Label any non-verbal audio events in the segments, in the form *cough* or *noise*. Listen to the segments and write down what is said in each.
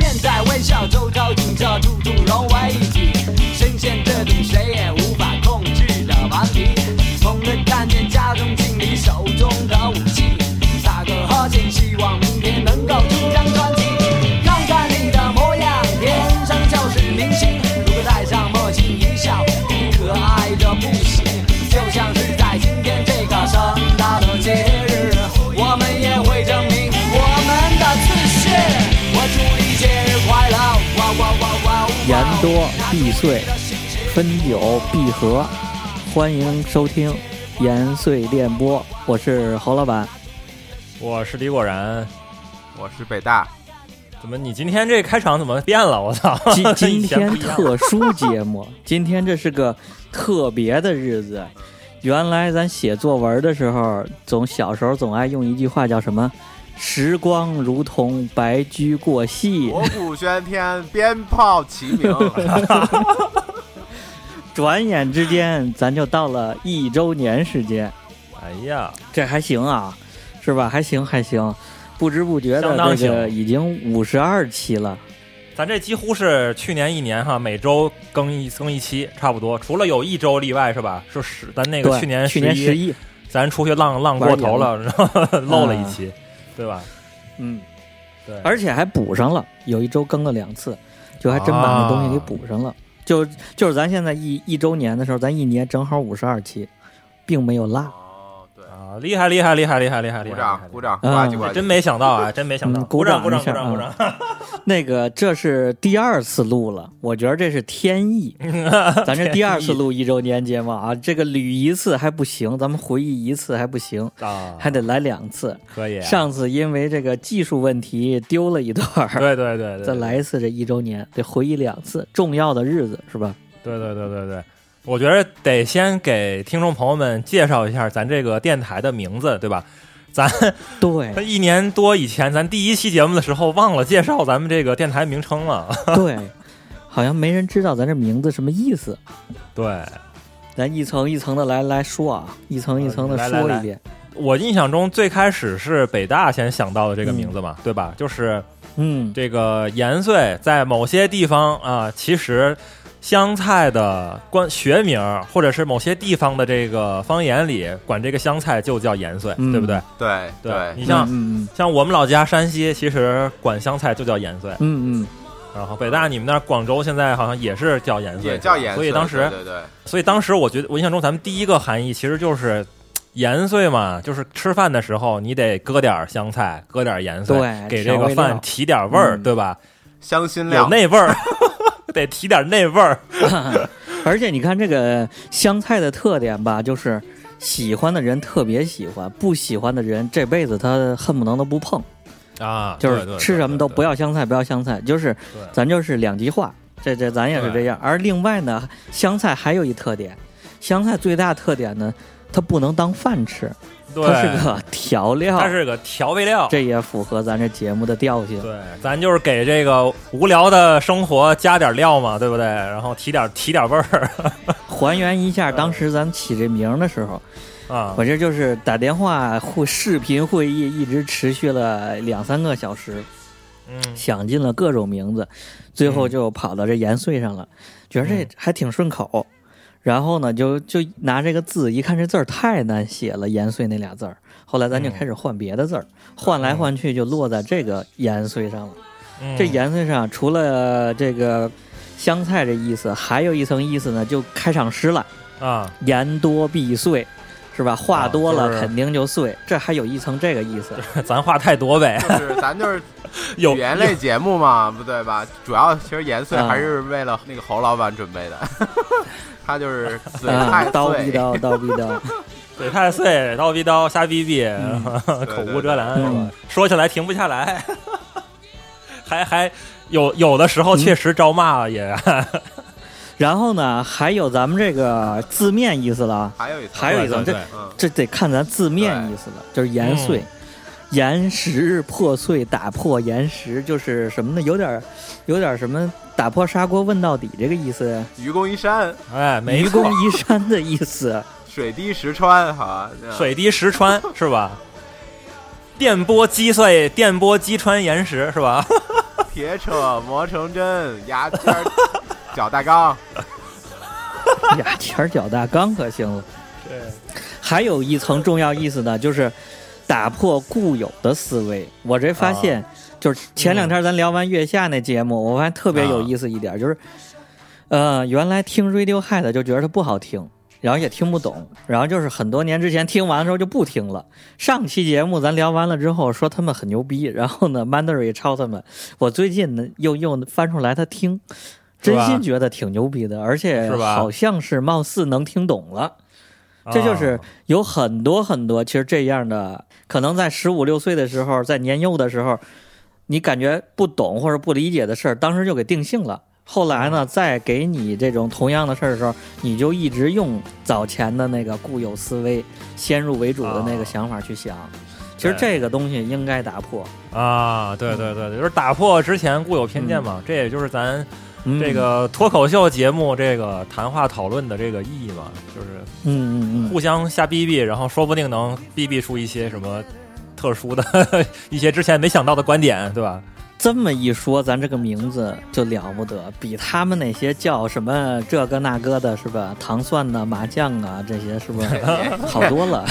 现在微笑周遭，映着处处融为一体。深陷这种谁也无法控制的顽皮，从而看见家中经理手中的武器。撒个呵欠，希望明天能够出张专辑。看看你的模样，天生就是明星。如果戴上墨镜一笑，可爱的不行。就像是在今天这个盛大的节日，我们也会证明我们的自信。我祝你节日快乐！哇哇哇哇！哇言多必碎，分久必合。欢迎收听《延碎电波》，我是侯老 *laughs* 板。我是李果然，我是北 *laughs* 大，怎么你今天这开场怎么变了？我操！今 *laughs* 今以前天不一样特殊节目，今天这是个特别的日子。原来咱写作文的时候，总小时候总爱用一句话叫什么？时光如同白驹过隙，锣鼓喧天，鞭炮齐 *laughs* 鸣。转眼之间咱就到了一周年时间，哎呀，这还行啊，是吧？还行还行，不知不觉相当的这个行已经五十二期了。咱这几乎是去年一年哈，每周更一更一期，差不多，除了有一周例外是吧？是十，咱那个对去年去年十十一，一，咱出去浪浪过头了，然后 *laughs* 漏了一期，对吧？嗯，对，啊而且还补上了，有一周更了两次，就还真把那东西给补上了。啊就就是咱现在一一周年的时候，咱一年正好五十二期，并没有落。哦，对，啊，厉害厉害厉害厉害厉害厉害！鼓厉害掌鼓，掌，呱嗯唧呱哎唧。真没想到啊，真没想嗯到！鼓鼓掌掌嗯鼓掌一下鼓掌鼓掌！那个这是第二次录了，我觉得这是天 *laughs* 意。咱这第二次录一周年节目啊，这个捋一次还不行，咱们回忆一次还不行，啊，还得来两次。可以啊，上次因为这个技术问题丢了一段儿，对对对对，再来一次这一周年，得回忆两次重要的日子是吧？对对对对对，我觉得得先给听众朋友们介绍一下咱这个电台的名字，对吧？ *laughs* 咱对， *laughs* 一年多以前，咱第一期节目的时候忘了介绍咱们这个电台名称了。 *laughs* 对，好像没人知道咱这名字什么意思。对咱一层一层的来来说啊，一层一层的来来说来一遍。我印象中，最开始是北大先想到的这个名字嘛，对吧？就是嗯，这个盐碎在某些地方啊、其实香菜的关学名儿，或者是某些地方的这个方言里，管这个香菜就叫盐碎，嗯对不对？对对你对，像嗯像我们老家山西，其实管香菜就叫盐碎嗯，嗯然后北大你们那儿广州现在好像也是叫盐碎，也叫盐所以当时，对对对，所以当时我觉得我印象中咱们第一个含义其实就是。嘖盐碎嘛，就是吃饭的时候你得搁点儿香菜，搁点儿盐碎，对给这调个味料饭提点味儿，嗯对吧？香辛有料。那味儿， *laughs* 得提点那味儿。嗯。而且你看这个香菜的特点吧，就是喜欢的人特别喜欢，不喜欢的人这辈子他恨不能都不碰，啊，就是吃什么都不要。要香菜，不要香菜，就是对咱就是两极化。这这咱也是这样。而另外呢，香菜还有一特点，香菜最大特点呢，它不能当饭吃。对，它是 *laughs* 个调料，它是个调味料。这也符合咱这节目的调性。对，咱就是给这个无聊的生活加点料嘛，对不对？然后提点提点味儿还原一下当时咱起这名儿的时候，啊。我这就是打电话会视频会议，一直持续了两三个小时，嗯，想尽了各种名字，最后嗯就跑到这延岁上了，觉得这嗯还挺顺口。然后呢，就就拿这个字一看，这字儿太难写了，“延岁”那俩字儿。后来咱就嗯开始换别的字儿，换来换去就落在这个“延岁”上了。嗯这颜色上除了这个香菜这意思，还有一层意思呢，就开场诗了，啊， *laughs* 言多必碎，是吧？话多啊就了是肯定就碎，这还有一层这个意思。咱话太多呗，就是咱就是 *laughs* 有语言类节目嘛，不对吧？主要其实盐碎啊还是为了那个侯老板准备 *laughs* 的，他就是嘴啊太，刀逼碎，刀，刀逼刀，嘴太碎，刀逼刀，瞎逼逼， *laughs* 嗯口无遮拦，对对是吧嗯？说起来停不下来， *laughs* 还还有有的时嗯候确实招骂也 *laughs* 然后呢，还有咱们这个字面意思了啊，还有一层，还有一层这对对嗯嗯，这得看咱字面意思了，就是言碎。岩石破碎，打破岩石，就是什么呢？有点儿，有点儿什么打破砂锅问到底这个意思，愚公移山，哎，没愚错公，移山的意思。水滴石穿，哈，这样 *laughs* 水滴石穿是吧？电波击碎，电波击穿岩石是吧？铁扯磨成针，牙签 *laughs* 儿搅大缸。 *laughs* 牙签儿搅大缸可行了。对，还有一层重要意思呢，就是打破固有的思维。我这啊发现，就是前嗯两天咱聊完月下那节目，我发现特别有啊意思一点，就是，呃，原来听 Radiohead 就觉得它不好听，然后也听不懂，然后就是很多年之前听完的时候就不听了。上期节目咱聊完了之后，说他们很牛逼，然后呢，Mandarin 也抄他们。我最近呢又又翻出来他听，是真吧心觉得挺牛逼的，而且是吧啊好像是貌似能听懂了。 *laughs* 这就是有很多很多，其实这样的，可能在十五六岁的时候，在年幼的时候，你感觉不懂或者不理解的事儿，当时就给定性了。后来呢，再给你这种同样的事儿的时候，你就一直用早前的那个固有思维、先入为主的那个想法去想。其实这个东西应该打破。 *laughs* 啊啊，对对对，就是打破之前固有偏见嘛，这也就是咱嗯这，个脱口秀节目这个谈话讨论的这个意义嘛，就是嗯嗯嗯，互相瞎逼逼，然后说不定能逼逼出一些什么特殊的 *laughs* 一些之前没想到的观点，对吧？这么一说，咱这个名字就了不得，比他们那些叫什么这个那个的，是吧？糖蒜呐、麻将啊，这些是不是？ *laughs* 人好多了，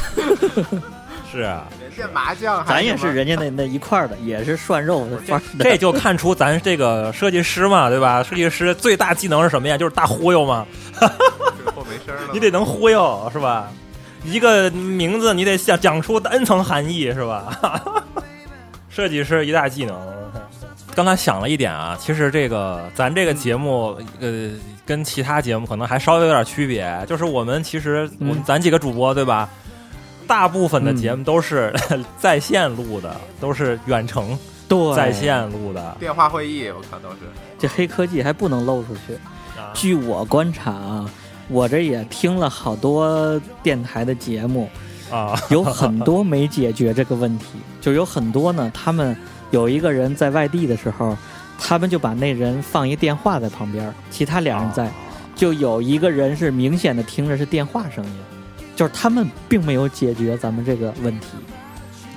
是啊，家麻将还咱也什么是人家那那一块儿的，也是涮肉的范儿的。这就看出咱这个设计师嘛，对吧？设计师最大技能是什么呀？就是大忽悠嘛，最后没声儿了。你得能忽悠是吧？一个名字你得想讲出 n 层含义是吧？ *laughs* 设计师一大技能。刚才想了一点啊，其实这个咱这个节目，呃，跟其他节目可能还稍微有点区别，就是我们其实嗯我们咱几个主播对吧？大部分的嗯节目都是 *laughs* 在线录的，都是远程对在，线录的。电话会议，我靠都是。这黑科技还不能漏出去。啊据我观察啊，我这也听了好多电台的节目，啊，有很多没解决这个问题，就有很多呢，他们有一个人在外地的时候，他们就把那人放一电话在旁边儿，其他俩人在，就有一个人是明显的听着是电话声音，就是他们并没有解决咱们这个问题。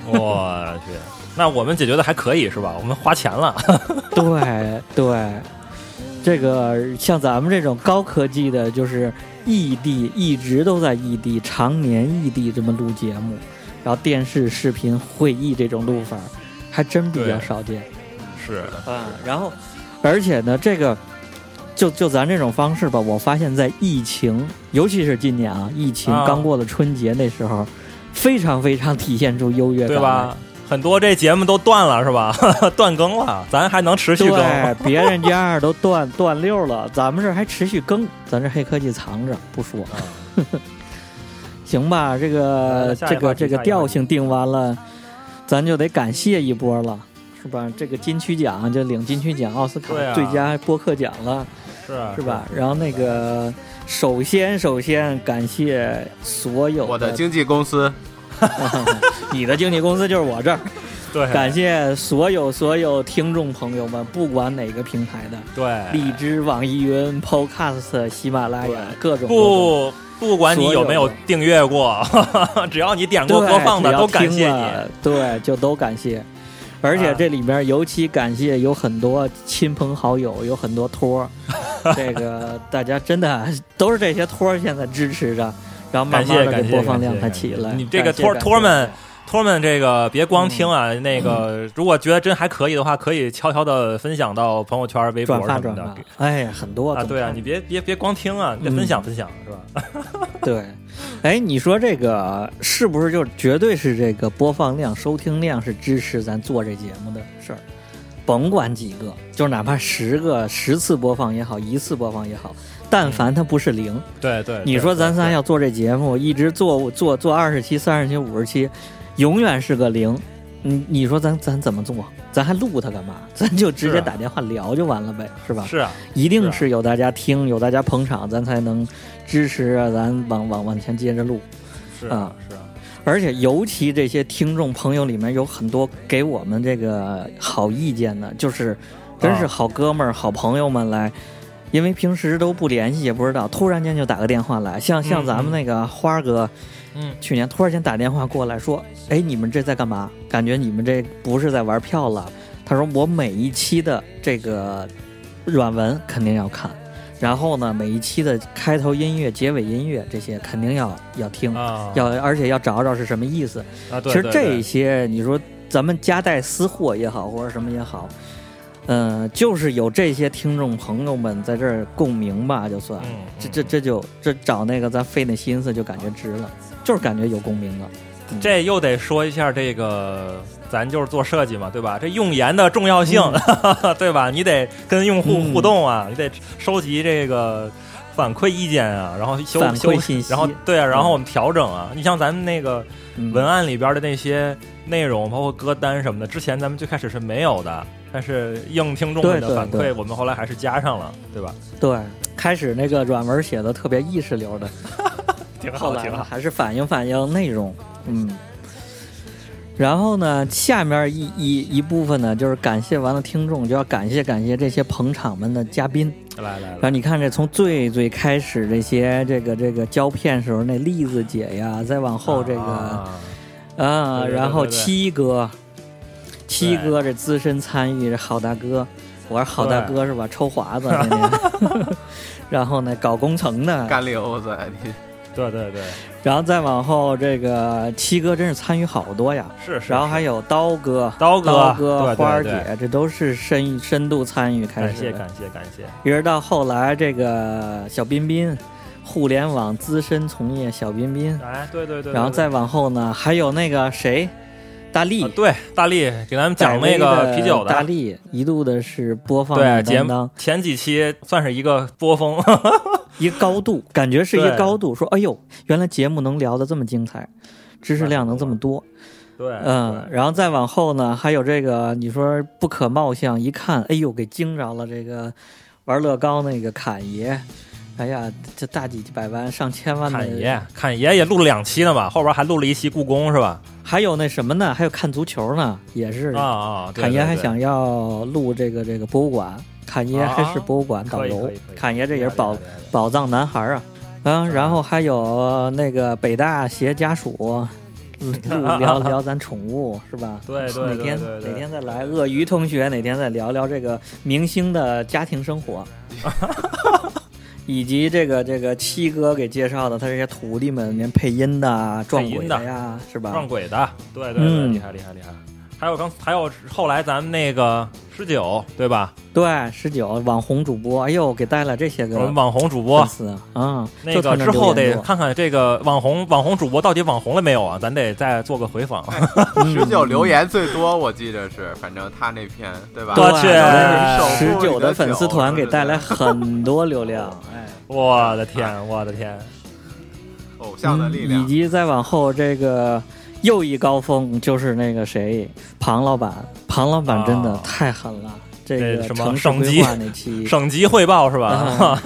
我去，那我们解决的还可以是吧？我们花钱了， *laughs* 对对，这个像咱们这种高科技的，就是异地一直都在异地，常年异地这么录节目，然后电视、视频、会议这种录法，还真比较对少见。是嗯，然后而且呢，这个就就咱这种方式吧，我发现在疫情，尤其是今年啊，疫情啊刚过了春节那时候，非常非常体现出优越感，对？吧？很多这节目都断了是吧？ *laughs* 断更了，咱还能持续更。对，别人家都断断溜了，咱们这还持续更，咱这黑科技藏着不说。啊 *laughs* 行吧，这来个呃下一这话个题这个下一话题调性定完了，咱就得感谢一波了，是吧？这个金曲奖就领金曲奖、奥斯卡对啊最佳播客奖了，是啊是吧？？然后那个，首先首先感谢所有我的的经纪公司， *laughs* 你的经纪公司就是我这儿，对，感谢所有所有听众朋友们，不管哪个平台的。对荔，枝、网易云、Podcast、喜马拉雅各种各种不不管你有没有订阅过， *laughs* 只要你点过对播放的，只要都感谢听你。啊了对，就都感谢。而且这里面尤其感谢有很多亲朋好友，有很多托 *laughs* 儿，这个大家真的都是这些托儿现在支持着，然后慢慢感谢的感这谢播放量感谢才起来。你这个感谢托感谢嗯托们托们，这个别光听啊，那个如果觉得真还可以的话，可以悄悄的分享到朋友圈、微博转发什转么的发。，哎呀，很多啊，怎么对啊，看你别别别光听啊，你得嗯分享分享是吧？ *laughs* *laughs* 对，哎，你说这个是不是就绝对是这个播放量、收听量是支持咱做这节目的事儿？甭管几个，就是哪怕十个、十次播放也好，一次播放也好，但凡它不是零，对对，你嗯呃对说咱对仨对要做这节目，一直做做做二十期、三十期、五十期，永远是个零。你你说咱咱怎么做？咱还录它干嘛？咱就直是接啊打电话聊就完了呗，是吧？是啊，一定是是有大家听，有大家捧场，咱才能支持啊咱往往往前接着录。是啊，是啊，而且尤其这些听众朋友里面有很多给我们这个好意见的，就是真是好哥们儿、好朋友们来。因为平时都不联系，也不知道，突然间就打个电话来，像像咱们那个花儿哥，嗯，去年突然间打电话过来说，哎，你们这在干嘛？感觉你们这不是在玩票了，他说我每一期的这个软文肯定要看，然后呢，每一期的开头音乐、结尾音乐这些肯定要要听，啊，要而且要找找是什么意思。啊，其对实对这对些，你说咱们夹带私货也好，或者什么也好，嗯，就是有这些听众朋友们在这儿共鸣吧，就算。嗯，这这这就这找那个咱费那心思就感觉值了，就是感觉有共鸣了。嗯这又得说一下这个，咱就是做设计嘛，对吧？这用研的重要性， *laughs* 对吧？你得跟用户嗯互动啊，你得收集这个反馈意见啊，然后修反馈修信息然后对啊，然后嗯我们调整啊。你像咱们那个嗯文案里边的那些内容，包括歌单什么的，之前咱们最开始是没有的，但是应听众们对的对反对馈，我们后来还是加上了，对吧？对，开始那个软文写的特别意识流的，挺后好，来挺呢好。还是反映反映内容，嗯。然后呢，下面一一一部分呢，就是感谢完了听众，就要感谢感谢这些捧场们的嘉宾。来来然后来，你看这从最最开始这些这个这个胶片时候那栗子姐呀，再往后这个啊啊，对对对然后对对七哥，七哥这资深参与，这好大哥，我是好大哥是吧？抽华子那年， *laughs* *laughs* 然后呢搞工程的，干溜子，你对对对，然后再往后这个七哥真是参与好多呀，是是。然后还有刀哥、刀哥刀对对哥、花儿对姐，这都是深深度参与开感始谢的，感谢感谢，一直到后来这个小彬彬，互联网资深从业小彬彬，哎，对对对，然后对再往后呢还有那个谁，大力啊，。对，大力给咱们讲那个啤酒大的，力一度的是播放对节担目当，前几期算是一个波峰， *laughs* 一个高度，感觉是一个对高度。说，哎呦，原来节目能聊得这么精彩，知识量能这么多。对，嗯，然后再往后呢，还有这个你说不可貌相，一看，哎呦，给惊着了。这个玩乐高那个侃爷，哎呀，这大几百万、上千对万的侃爷，侃爷也录了两期呢吧，后边还录了一期故宫是吧？还有那什么呢？还有看足球呢，也是。啊啊，对侃爷对还对啊想要录这个这个博物馆，侃爷还是博物馆导可以游可以可，以侃爷这也是厉害宝厉害厉害宝藏男孩啊，啊，然后还有那个北大协家属， *laughs* 嗯录聊聊咱宠物是吧？对对对哪天对对哪天再来鳄鱼同学，哪天再聊聊这个明星的家庭生活， *laughs* 以及这个这个七哥给介绍的他这些徒弟们，连配音的啊撞鬼的呀，是吧撞？鬼的，对对对，嗯厉害厉害厉害。还有刚还有后来咱们那个十九对吧？对，十九网红主播，哎呦，给带了这些我们个网红主播粉，丝啊，那就个冲着之后留言得做看看这个网红网红主播到底网红了没有啊？咱得再做个回访。嗯十九留言最多，我记着是，反正他那篇对吧？多对去啊手十术九里的的粉丝酒团给对带来对很多流量，哎，我的啊天，我的天，偶像的力嗯以量，及再往后这个又一高峰就是那个谁，庞老板，庞老板真的啊太狠了，这对个什么城市省规级划那期，省级汇报是吧？ *laughs* 啊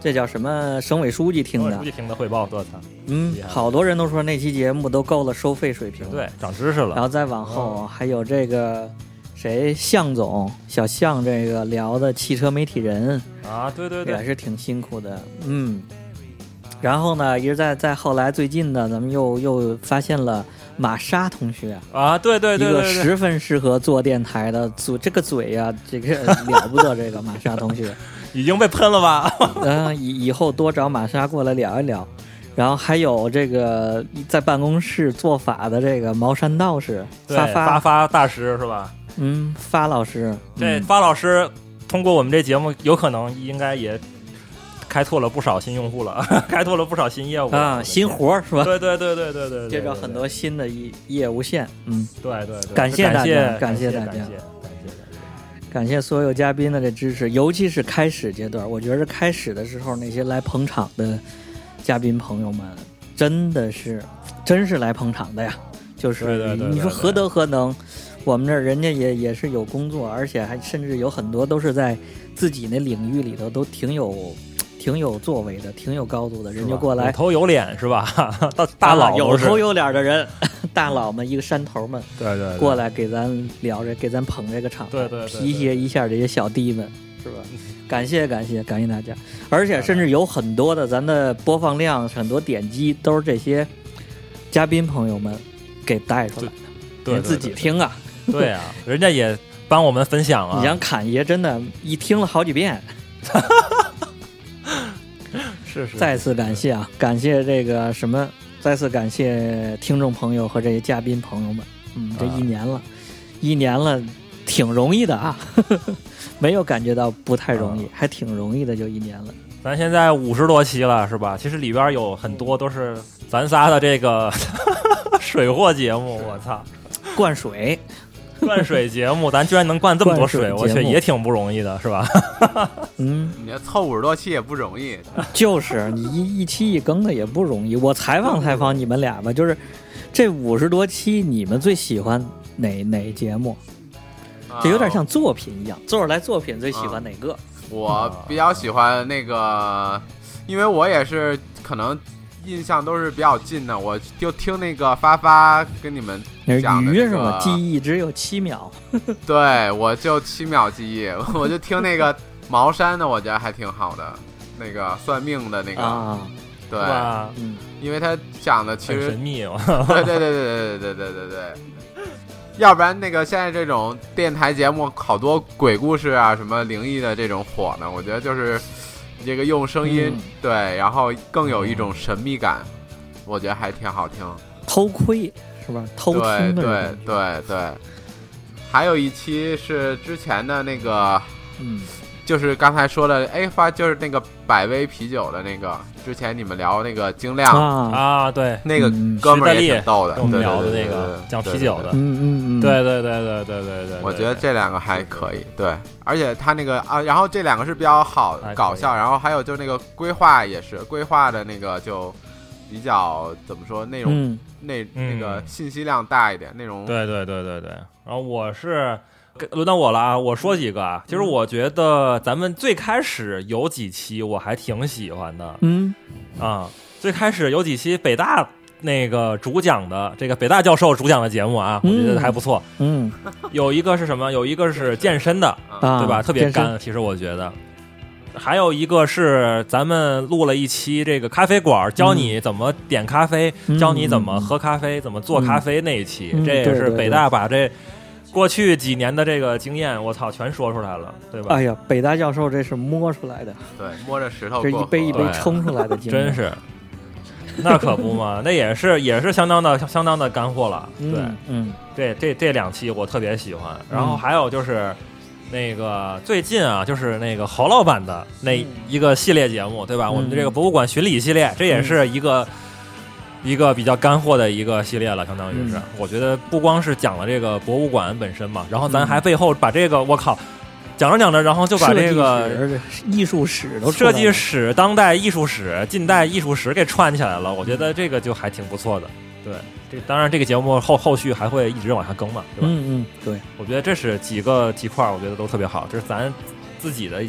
这叫什么省委书记听我的估，计听的汇报，我操，嗯厉，害好多人都说那期节目都够了收费水平，对，长知识嗯然了。后再往后还有这个。谁，向总，小向这个聊的汽车媒体人，啊，对对也对，是挺辛苦的，嗯。然后呢，一直在在后来最近呢，咱们又又发现了玛莎同学，啊，对对对一个对对，十分适合做电台的嘴，这个嘴呀、这个了不得，这个玛莎同 *laughs* 学，已经被喷 *laughs* 了吧？嗯，以以后多找玛莎过来聊一聊。然后还有这个在办公室做法的这个茅山道士对发，发发大师是吧？嗯，发老师，这嗯发老师通过我们这节目，有可能应该也开拓了不少新用户了， *laughs* 开拓了不少新业务啊，新。活儿是吧？对对对对对对对，接着很多新的业业务线，嗯。对对对，感谢大家感感谢感大家感谢感感谢所有嘉宾的这支持，尤其是开始阶段，我觉得开始的时候那些来捧场的嘉宾朋友们，真的是，真是来捧场的呀！就是对对对对你说对何德何能，我们这儿人家也也是有工作，而且还甚至有很多都是在自己那领域里头都挺有。挺有作为的，挺有高度的谢，人就过有来，头有脸是吧？ *laughs* 大大啊佬都有是头有脸的人，大佬们一个山头们对对对过来给咱聊着，给咱捧这个场，对对对对提携一下这些小弟们，是吧？感谢感谢感谢大家，而且甚至有很多的咱的播放量、很多点击都是这些嘉宾朋友们给带出来的，对对您自己听啊， *laughs* 对啊，人家也帮我们分享你啊像。侃爷真的，一听了好几遍。是是再次感谢啊，感谢这个什么，再次感谢听众朋友和这些嘉宾朋友们。嗯，这啊一年了，一年了，挺容易的啊， *laughs* 没有感觉到不太容啊易，还挺容易的，就一年了。咱现在五十多期了，是吧？其实里边有很多都是咱仨的这个 *laughs* 水货节目，我操，灌水，灌水节目， *laughs* 咱居然能灌这么多水，我灌水节去目也挺不容易的，是吧？嗯，你要凑五十多期也不容易，就是你一一期一更的也不容易。我采访采访你们俩吧，就是这五十多期，你们最喜欢哪哪节目？啊这有点像作品一样，做出来作品最喜欢哪个？我比较喜欢那个，因为我也是可能印象都是比较近的，我就听那个发发跟你们那是讲的鱼这是吗？个记忆只有七秒，对，我就七秒记忆， *laughs* 我就听那个茅山的，我觉得还挺好的，那个算命的那个，啊，*laughs* 对，哇，嗯，因为他讲的其很神实，秘哦。对对对对对对对对对，要不然那个现在这种电台节目好多鬼故事啊，什么灵异的这种火呢，我觉得就是这个用声音、嗯对，然后更有一种神秘感，我觉得还挺好听。偷窥是吧？偷听的对对人，对对，还有一期是之前的那个。嗯，就是刚才说的，哎，发就是那个百威啤酒的那个，之前你们聊那个精酿，啊， *laughs* 啊，对，那个嗯哥们儿史也黛丽挺逗的，跟我们对对聊的对那个对对讲对啤对酒对的嗯嗯嗯，对对对对对对对，我觉得这两个还可以，对，而且他那个啊，然后这两个是比较好还可以搞笑，然后还有就是那个规划也是规划的那个就比较怎么说内容嗯，内那嗯个信息量大一点，内容对对对对对。然后我是跟轮到我了啊，我说几个啊。嗯其实我觉得咱们最开始有几期我还挺喜欢的嗯啊、最开始有几期北大那个主讲的这个北大教授主讲的节目啊，我觉得还不错。嗯有一个是什么？有一个是健身的，嗯啊，对吧？特别健身干，其实我觉得。还有一个是咱们录了一期这个咖啡馆，教你怎么点咖啡，嗯教你怎么喝咖啡，怎么做咖啡那一期，嗯这也对是对北对大把这过去几年的这个经验，我操，全说出来了，对吧？哎呀，北大教授这是摸出来的，对，摸着石头这过一杯一河杯对冲出来的经验，真是，那可不嘛，那也是也是相当的相当的干货了，对。嗯，嗯这这这两期我特别喜欢，嗯然后还有就是那个最近啊，就是那个侯老板的那嗯一个系列节目，对吧？嗯我们的这个博物馆巡礼系列，这也是一个、一个比较干货的一个系列了，相当于是。嗯我觉得不光是讲了这个博物馆本身嘛，然后咱嗯还背后把这个我靠讲着讲着，然后就把设计这个史艺术史都出来设了计史、当代艺术史、近代艺术史给串起来了，我觉得这个就还挺不错的。对，这当然这个节目后后续还会一直往下更嘛，对吧？嗯嗯，对，我觉得这是几个几块儿，我觉得都特别好，这是咱自己的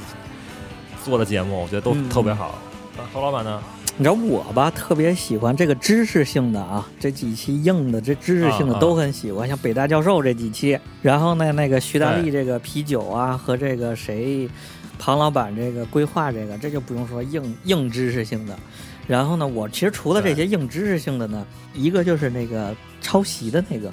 做的节目，我觉得都嗯特别好。那侯老板呢？你知道我吧，特别喜欢这个知识性的啊，这几期硬的，这知识性啊的啊都很喜欢，像北大教授这几期，然后呢，那个徐大力这个啤酒啊，和这个谁，庞老板这个规划这个，这就不用说硬硬知识性的。然后呢，我其实除了这些硬知识性的呢，一个就是那个抄袭的那个，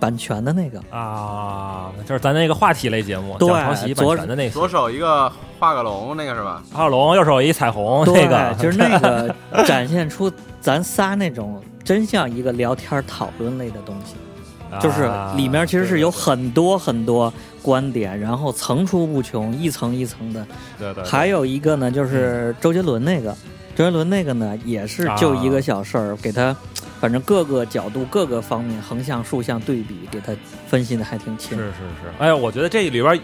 版权的那个，啊，就是咱那个话题类节目，对讲抄袭版昨权的那 *laughs* 左个，手一个画个龙那个是吧？哈龙，右手一彩虹对，哦那个， *laughs* 就是那个 *laughs* 展现出咱仨那种真像一个聊天讨论类的东西。 *laughs* 啊就是里面其实是有很多很多观点，然后层出不穷，一层一层的。啊，对对对嗯对对还有一个呢，就是周杰伦那个，周杰伦那个呢，也是就一个小事儿，给他反正各个角度、各个方面横向、竖向对比，给他分析的还挺清。是是是，哎呀，我觉得这里边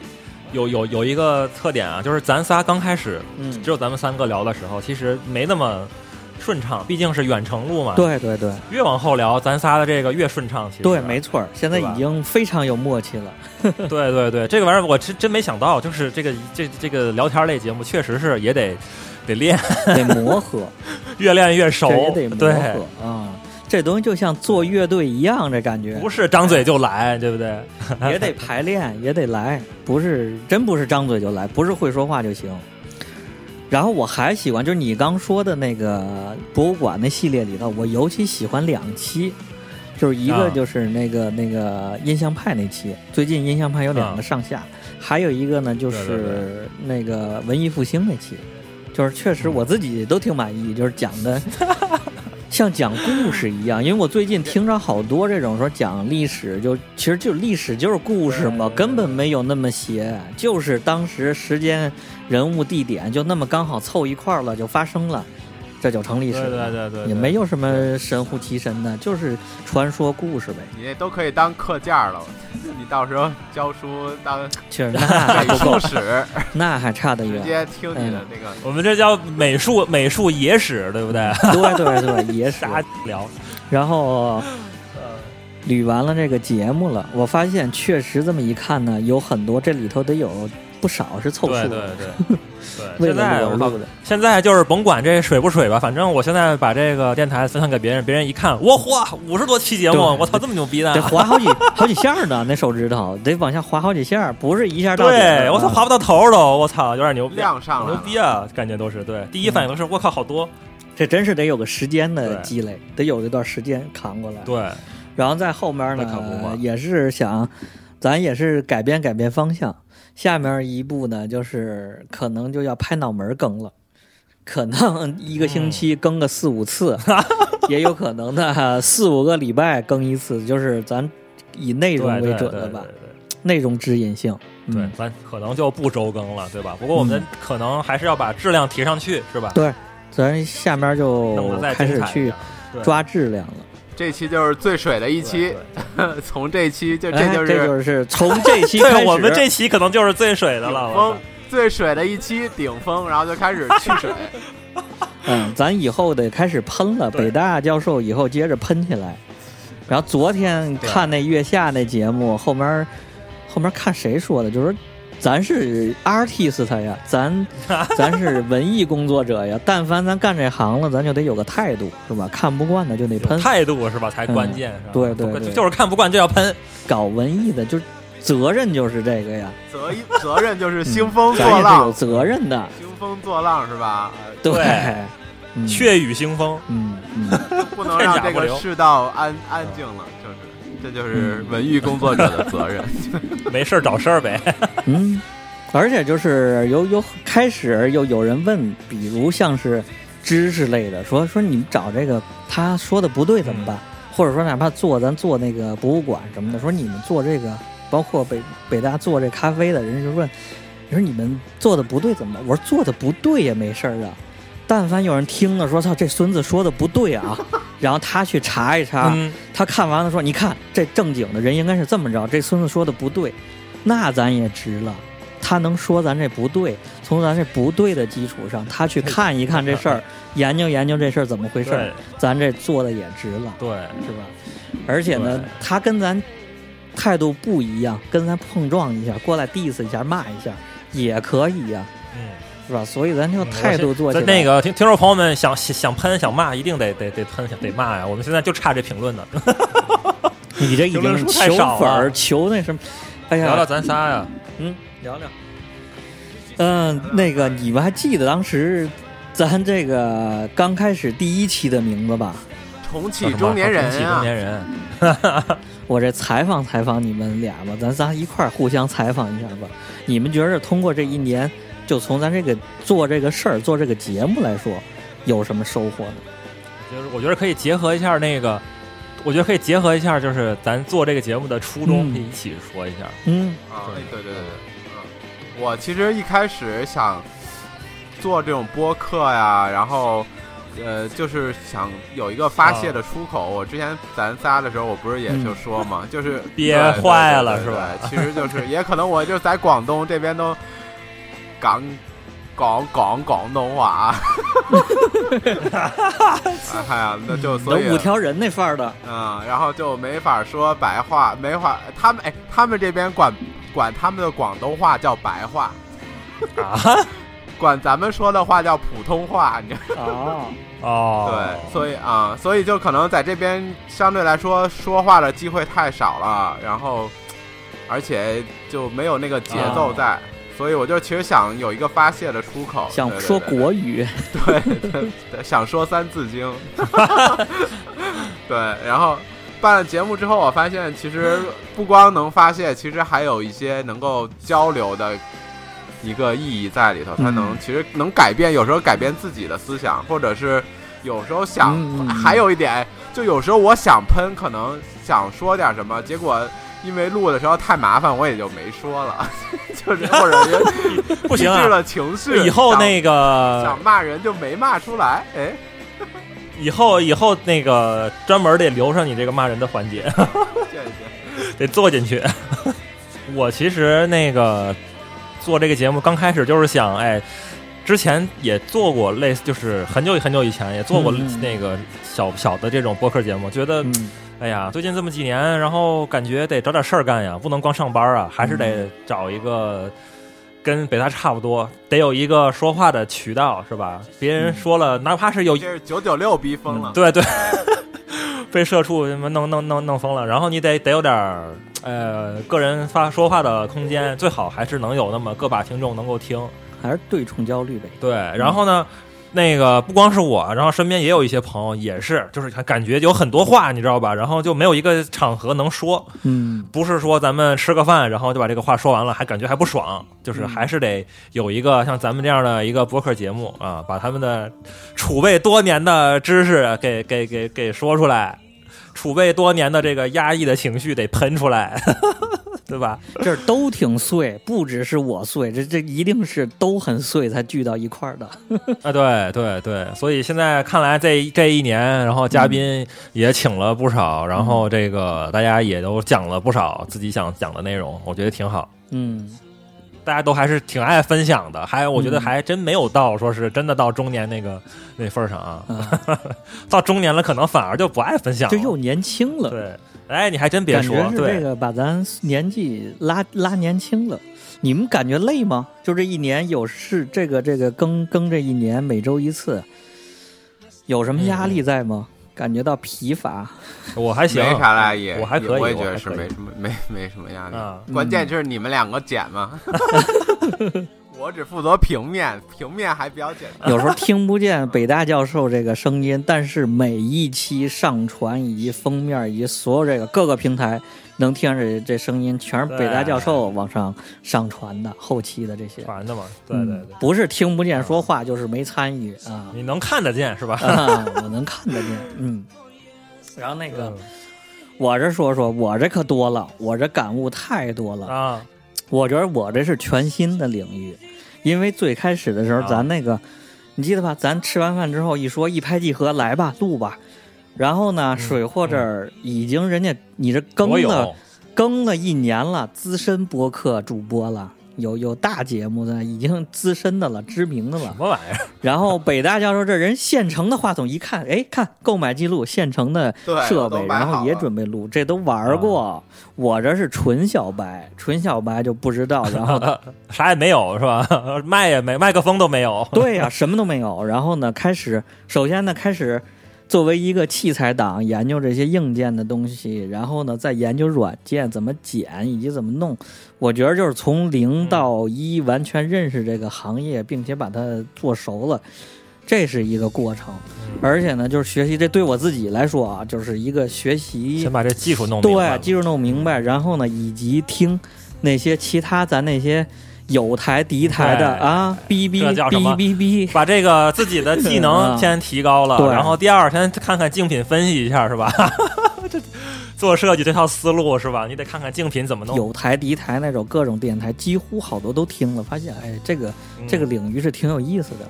有有有一个特点啊，就是咱仨刚开始嗯只，有咱们三个聊的时候，其实没那么顺畅，毕竟是远程录嘛。，对对对越往后聊，咱仨的这个越顺畅。其实对，没错儿，现在对吧已经非常有默契 *laughs* 了。对对对，这个玩意儿我真真没想到，就是这个这这个聊天类节目，确实是也得得练， *laughs* 得磨合，越练越熟这也得。磨对，合啊。这东西就像做乐队一样，这感觉不是张嘴就来，对不对？也得排练，也得来，不是真不是张嘴就来，不是会说话就行。然后我还喜欢，就是你刚说的那个博物馆那系列里头，我尤其喜欢两期，就是一个啊就是那个、那个音像派那期，最近音像派有两啊个上下，还有一个呢就对对嗯是那个文艺复兴那期，就是确实我自己都挺满意，就是讲的像讲故事一样，因为我最近听着好多这种说讲历史，就其实就历史就是故事嘛，对根本没有那么邪，就是当时时间、人物、地点就那么刚好凑一块儿了，就发生了，这就成历对史对了。对对对，也没有什么神乎其神的，就是传说故事呗。你这都可以当课件儿了，你到时候教书当确 *laughs* 实那还哎美不术够，史，那还差得直远。接听你的那个。我们这叫美术美术野史，对不 *laughs* 对？对对对，也 *laughs* 是。瞎聊，然后捋完了这个节目了，我发现确实这么一看呢，有很多这里头得有不少是凑数对对的。 *laughs* 对对。为现了在我我靠录，的，现在就是甭管这水不水吧，反正我现在把这个电台分享给别人，别人一看，我嚯，五十多期节目，对我操，这么牛逼呢得！划好几好几下呢，那手指头得往下划好几下，不是一下到底啊的。对，我操，划不到头儿都，我操，有点牛逼，量上来牛了逼啊！感觉都是对，第一反应都是我靠，好多，这真是得有个时间的对积累，得有一段时间扛过来。对，然后在后面那可不呢，嘛呃也是想，咱也是改变改变方向。下面一步呢，就是可能就要拍脑门儿更了，可能一个星期更个四五 *laughs* 次，也有可能呢四五个礼拜更一次，就是咱以内容对为对准对的对吧，对内容指引性。嗯对，咱可能就不周更了，对吧？不过我们嗯可能还是要把质量提上去，是吧？对，咱下面弄就得再哦开精始彩一去点对抓质量了。这期就是最水的一对期，对从这期就哎这就是这就是从这期开 *laughs* 对，始，我们这期可能就是最水的顶了。我峰操最水的一期顶峰，然后就开始去水。嗯，咱以后得开始喷了。对北大教授以后接着喷起来。然后昨天看那月下那节目，后面后面看谁说的，就是咱是 artist 呀， *laughs* 咱咱是文艺工作者呀。但凡咱干这行了，咱就得有个态度，是吧？看不惯的就得有喷。嗯态度是吧？才关键是吧？对对不对就是看不惯就要喷。搞文艺的就责任就是这个呀，责一责任就是兴风作嗯咱也是有浪，责任的。兴风作浪是吧？对，对嗯血雨腥风， *laughs* 嗯嗯，呃不能让这片甲不个留世道安安静了，就是这就是文艺工作者的责任。没事儿找事儿呗。嗯，而且就是有有开始又有人问，比如像是知识类的，说说你们找这个他说的不对怎么办？或者说哪怕做咱做那个博物馆什么的，说你们做这个，包括北北大做这咖啡的人就问，你说你们做的不对怎么办？我说做的不对也没事儿啊。但凡有人听了说操这孙子说的不对啊，然后他去查一查，嗯，他看完了说：“你看这正经的人应该是这么着，这孙子说的不对，那咱也值了。他能说咱这不对，从咱这不对的基础上，他去看一看这事儿，研究研究这事儿怎么回事儿对，咱这做的也值了，对，是吧？而且呢对，他跟咱态度不一样，跟咱碰撞一下，过来 diss 一下、骂一下也可以呀、嗯，是吧？所以咱就嗯态度做起咱来。那个听听众朋友们想想想喷想骂，一定得得得喷得骂呀！我们现在就差这评论呢，你这已评论经数太求少啊粉儿了求那什么，哎呀，聊聊咱仨呀。嗯，聊聊。嗯、那个你们还记得当时咱这个刚开始第一期的名字吧？重启中年重启人中啊，年人，我这采访采访你们俩吧，咱仨一块儿互相采访一下吧。你们觉着通过这一年，就从咱这个做这个事儿、做这个节目来说，有什么收获呢？就是我觉得可以结合一下那个，我觉得可以结合一下，就是咱做这个节目的初衷，嗯可以一起说一下。 *laughs* 嗯啊，对哎对对对对，嗯我其实一开始想做这种播客呀，然后呃，就是想有一个发泄啊的出口。我之前咱仨的时候，我不是也就说嘛，就是嗯 *laughs* 憋对对对坏了对是吧对其实就是也可能我就在广东这边都港。广广广东话 *laughs* 啊，哎呀，那就所以嗯有五条人那范儿的，嗯，然后就没法说白话，没法他们哎，他们这边管管他们的广东话叫白话，啊管咱们说的话叫普通话，你知 *laughs* 道哦，哦，对，所以啊、所以就可能在这边相对来说说话的机会太少了，然后而且就没有那个节奏在，所以我就其实想有一个发泄的出口，啊想对对说对国语，对，对对想说《三字经》，对，然后办了节目之后，我发现其实不光能发泄，其实还有一些能够交流的一个意义在里头。它能嗯其实能改变，有时候改变自己的思想，或者是有时候想嗯嗯嗯，还有一点，就有时候我想喷，可能想说点什么，结果。因为录的时候太麻烦，我也就没说了， *laughs* *laughs* 就是或者也不行抑制啊，了情绪。以后想那个想骂人就没骂出来，哎，以后以后那个专门得留上你这个骂人的环节。 *laughs* 见一见。得做进去。 *laughs* 我其实那个做这个节目刚开始就是想，哎，之前也做过类似，就是很久很久以前也做过嗯嗯嗯那个小小的这种播客节目，觉得嗯哎呀，最近这么几年，然后感觉得找点事儿干呀，不能光上班啊，还是得找一个跟北大差不多，得有一个说话的渠道，是吧？别人说了，哪怕是有这是九九六逼疯了，对对， *laughs* 被社畜什么弄弄弄弄疯了。然后你得得有点儿呃个人发说话的空间，最好还是能有那么个把听众能够听。还是对冲焦虑呗。对，然后呢，那个不光是我，然后身边也有一些朋友也是，就是感觉有很多话，你知道吧？然后就没有一个场合能说，嗯不是说咱们吃个饭，然后就把这个话说完了，还感觉还不爽，就是嗯还是得有一个像咱们这样的一个博客节目啊，把他们的储备多年的知识给给给给说出来，储备多年的这个压抑的情绪得喷出来， *laughs* 对吧？ *laughs* 这儿都挺碎，不只是我碎，这这一定是都很碎才聚到一块儿的。啊，对对对，所以现在看来这一这一年，然后嘉宾也请了不少，然后这个大家也都讲了不少自己想讲的内容，我觉得挺好。嗯，大家都还是挺爱分享的，还我觉得还真没有到说是真的到中年那个那份儿上啊，啊， *laughs* 到中年了可能反而就不爱分享了，就又年轻了。对，哎，你还真别感说觉，是这对，个把咱年纪拉拉年轻了。你们感觉累吗？就这一年有是这个这个更更这一年每周一次，有什么压嗯力在吗？感觉到疲乏？我还行，没啥啦，也我还可以我也我觉还得是可以没什么没没什么压力。啊关键就是你们两个剪嘛， *laughs* 我只负责平面，平面还比较简 *laughs* 单。有时候听不见北大教授这个声音，但是每一期上传以及封面以及所有这个各个平台能听着这声音，全是北大教授往上上传的后期的这些。传的嘛，啊对啊对嗯对，不是听不见说话，就是没参与啊。你能看得见是吧？啊，我能看得见，嗯。 *laughs* 然后那个，我这说说，我这可多了，我这感悟太多了。啊，我觉得我这是全新的领域，因为最开始的时候，啊咱那个，你记得吧？咱吃完饭之后一说一拍即合，来吧，录吧。然后呢，水货这儿已经人家你这更我了嗯有，更了一年了，资深播客主播了，有有大节目的，已经资深的了，知名的了什。么玩意儿？然后北大教授这人现成的话筒一看，哎，看购买记录，现成的对设我都备，买然后也好了准备录，这都玩过。我这是纯小白，纯小白就不知道。然后啊啥也没有是吧？ *laughs* 麦也没，麦克风都没有， *laughs* 对呀、什么都没有。然后呢，开始首先呢，开始作为一个器材党研究这些硬件的东西，然后呢，再研究软件怎么剪以及怎么弄。我觉得就是从零到一完全认识这个行业，并且把它做熟了，这是一个过程。而且呢，就是学习，这对我自己来说啊，就是一个学习先把这技术弄明白对了，技术弄明嗯白，然后呢，以及听那些其他咱那些有台敌台的对啊，哔哔哎这叫什么哔哔哔，把这个自己的技能啊先提高了，对然后第二先看看竞品分析一下是吧？ *laughs* 这做设计这套思路是吧？你得看看竞品怎么弄。有台敌台那种各种电台，几乎好多都听了，发现哎，这个嗯这个领域是挺有意思的，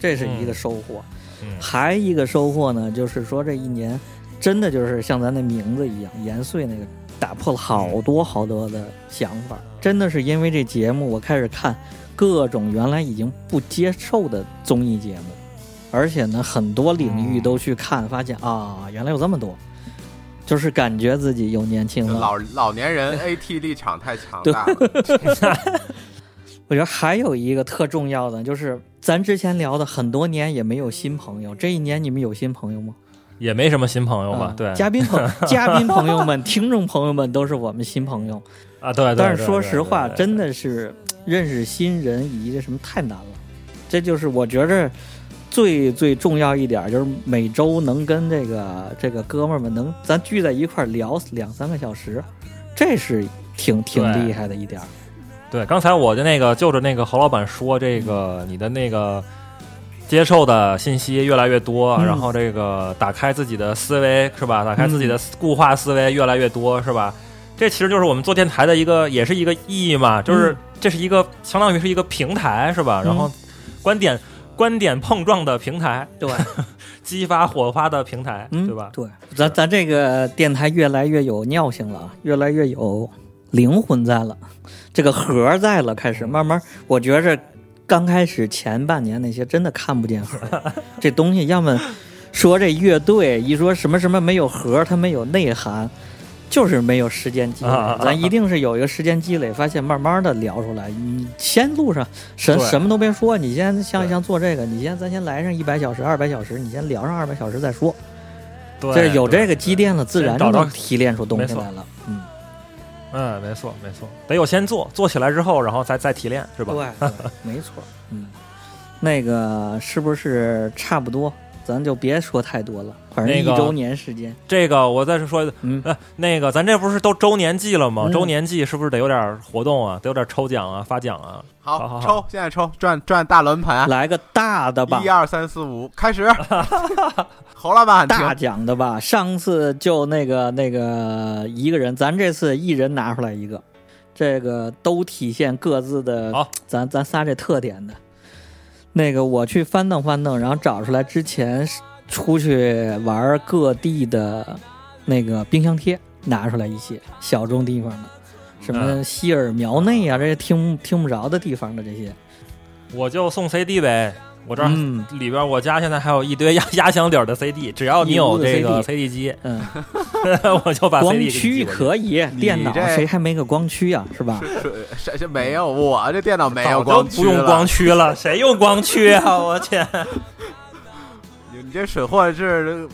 这是一个收获。嗯还一个收获呢，就是说这一年真的就是像咱那名字一样延岁那个，打破了好多好多的想法。嗯真的是因为这节目，我开始看各种原来已经不接受的综艺节目，而且呢，很多领域嗯都去看，发现啊，原来有这么多。就是感觉自己又年轻就了，老老年人 AT 立场太强大了，我觉得还有一个特重要的，就是咱之前聊的很多年也没有新朋友，这一年你们有新朋友吗？也没什么新朋友吧？啊对，嘉宾 *laughs* 朋嘉宾朋友们、听众朋友们都是我们新朋友，啊，对对。但是说实话，对嗯真的是认识新人以及这什么太难了，这就是我觉着最最重要一点就是每周能跟这个这个哥们儿们能咱聚在一块儿聊两三个小时，这是挺挺对厉害的一点儿。对，刚才我的那个就着那个侯老板说，这嗯个你的那个接受的信息越来越多，嗯然后这个打开自己的思维是吧？打开自己嗯的思固化思维越来越多是吧？这其实就是我们做电台的一个，也是一个意义嘛，就是嗯这是一个相当于是一个平台是吧？然后观点观点碰撞的平台，对，激发火花的平台，嗯，对吧？对，咱咱这个电台越来越有尿性了，啊，越来越有灵魂在了，这个核儿在了，嗯开始慢慢，我觉着刚开始前半年那些真的看不见核儿，这东西要么说这乐队一说什么什么没有核儿，它没有内涵。就是没有时间积累啊啊啊，啊咱一定是有一个时间积累，发现慢慢的聊出来。你先路上什对什么都别说，你先像对像做这个，你先咱先来上一百小时、二百小时，你先聊上二百小时再说。对，就是有这对个积淀了，自然就找到能提炼出东没西错来了。嗯，嗯，没错没错，得有先做，做起来之后，然后再再提炼是吧？对，对 *laughs* 没错。嗯，那个是不是差不多？咱就别说太多了，反正那一个周年时间，这个我再说一次，嗯呃，那个咱这不是都周年季了吗？嗯周年季是不是得有点活动啊？得有点抽奖啊，发奖啊？好好 *laughs* 好好，抽，现在抽，转转大啊轮盘，啊来个大的吧一，二三四五，*laughs* 开始。侯老板，大停，奖的吧。上次就那个那个一个人，咱这次一人拿出来一个，这个都体现各自的好，咱咱仨这特点的。那个我去翻腾翻腾，然后找出来之前出去玩各地的那个冰箱贴，拿出来一些小众地方的，什么嗯西尔苗内啊，这些听听不着的地方的这些。我就送 CD 呗。我这儿嗯里边，我家现在还有一堆压 *laughs* 压箱底儿的 CD，只要你有这一屋个子 CD 机， *laughs* 嗯，我就把 CD 光给你驱寄过去可以，你电脑这谁还没个光驱啊，是吧？是是是没有，我这电脑没有早光都驱不用了光驱了，谁用光驱啊？我天！你这水货是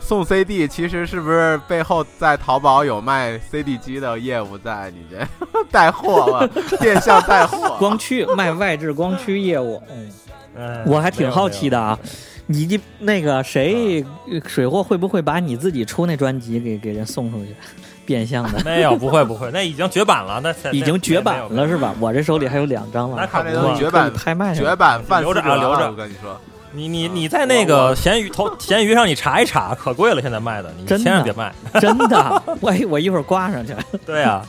送 CD，其实是不是背后在淘宝有卖 CD 机的业务在？你这 *laughs* 带货 *laughs* 吧，变相带货。光驱卖外置光驱业务，嗯。 *laughs* 哎？我还挺好奇的啊，你一那个谁，水货会不会把你自己出那专辑给给人送出去，变相的没有没有没有不会不会，那已经绝版了，那 *laughs* 那 *laughs* 已经绝版没有了是吧？我这手里还有两张那了，看这我都可以绝版拍卖上绝版贩留子着啊留着我跟你说，你你你在那个闲鱼头闲鱼上你查一查，可贵了，现在卖的，你真的千万别卖。 *laughs* 真的，我我一会儿挂上去。对啊，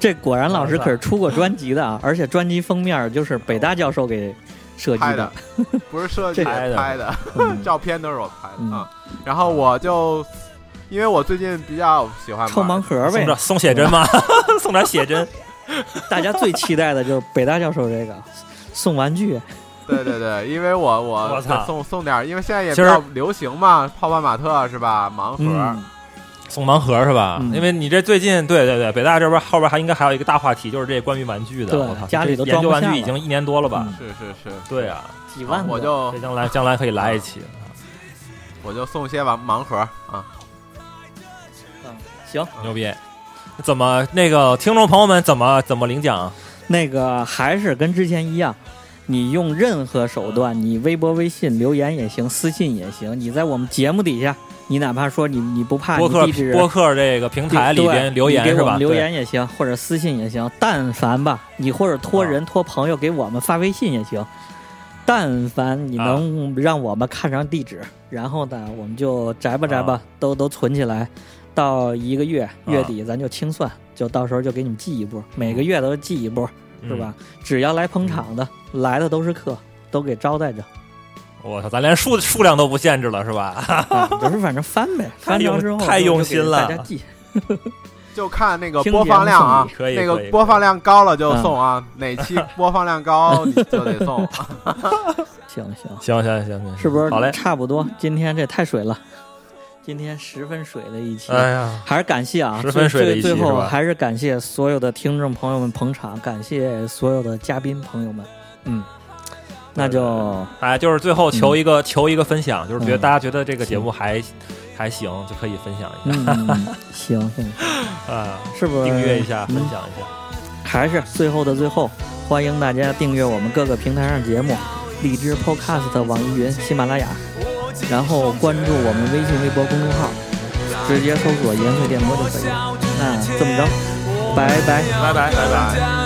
这果然老师可是出过专辑的啊，而且专辑封面就是北大教授给设计拍的的。，不是设计这拍的拍的， *laughs* 嗯照片都是我拍的、嗯啊。然后我就，因为我最近比较喜欢臭玩盲盒送呗点，送写真吗？ *laughs* 送点写真，大家最期待的就是北大教授这个送玩具，对对对，因为我我 *laughs* 我操送送点儿，因为现在也比其实较流行嘛，泡泡玛特是吧？盲盒，嗯，送盲盒是吧？嗯因为你这最近，对对对，北大这边后边还应该还有一个大话题，就是这关于玩具的。对我操，家里都这研究装不下玩具已经一年多了吧？嗯是是是，对啊，几万个我就这将来将来可以来一期。我就送些盲盲盒啊。嗯行。牛逼！怎么那个听众朋友们怎么怎么领奖？那个还是跟之前一样，你用任何手段，你微博、微信留言也行，私信也行，你在我们节目底下，你哪怕说你你不怕播你客地址播客这个平台里边留言对你是给我吧？们留啊对言也行，或者私信也行，但凡吧，你或者托人、托朋友给我们发微信也行，但凡你能让我们看上地址，然后呢，我们就摘吧摘吧，啊都都存起来，到一个月月底咱就清算，就到时候就给你们寄一波，每个月都寄一波。是？吧？嗯只要来捧场的，来的都是客，都给招待 *laughs* 着。嗯我操，咱连数数量都不限制了是吧？ *laughs* 啊就是反正翻呗，翻着之后太用就给心了大家记。就看那个听播放量啊节，可以那可以嗯个播放量高了就送啊，哪期播放量高你就得送。行行，行行行行，是不是？好嘞。差不多。今天这太水了，今天十分水的一期。哎呀，还是感谢啊，十分水的一期最最最是后吧还是感谢所有的听众朋友们捧场，感谢所有的嘉宾朋友们。嗯，那就哎，就是最后求一个、求一个分享，就是觉得嗯大家觉得这个节目还、还行，就可以分享一下嗯，行行， *laughs* 啊，是不是订阅一下，分嗯享一下。还是最后的最后，欢迎大家订阅我们各个平台上节目，荔枝 Podcast、网易云、喜马拉雅，然后关注我们微信、微博公众号，直接搜索“盐水电波”就可以了。那这么着，拜拜。拜拜拜拜。哦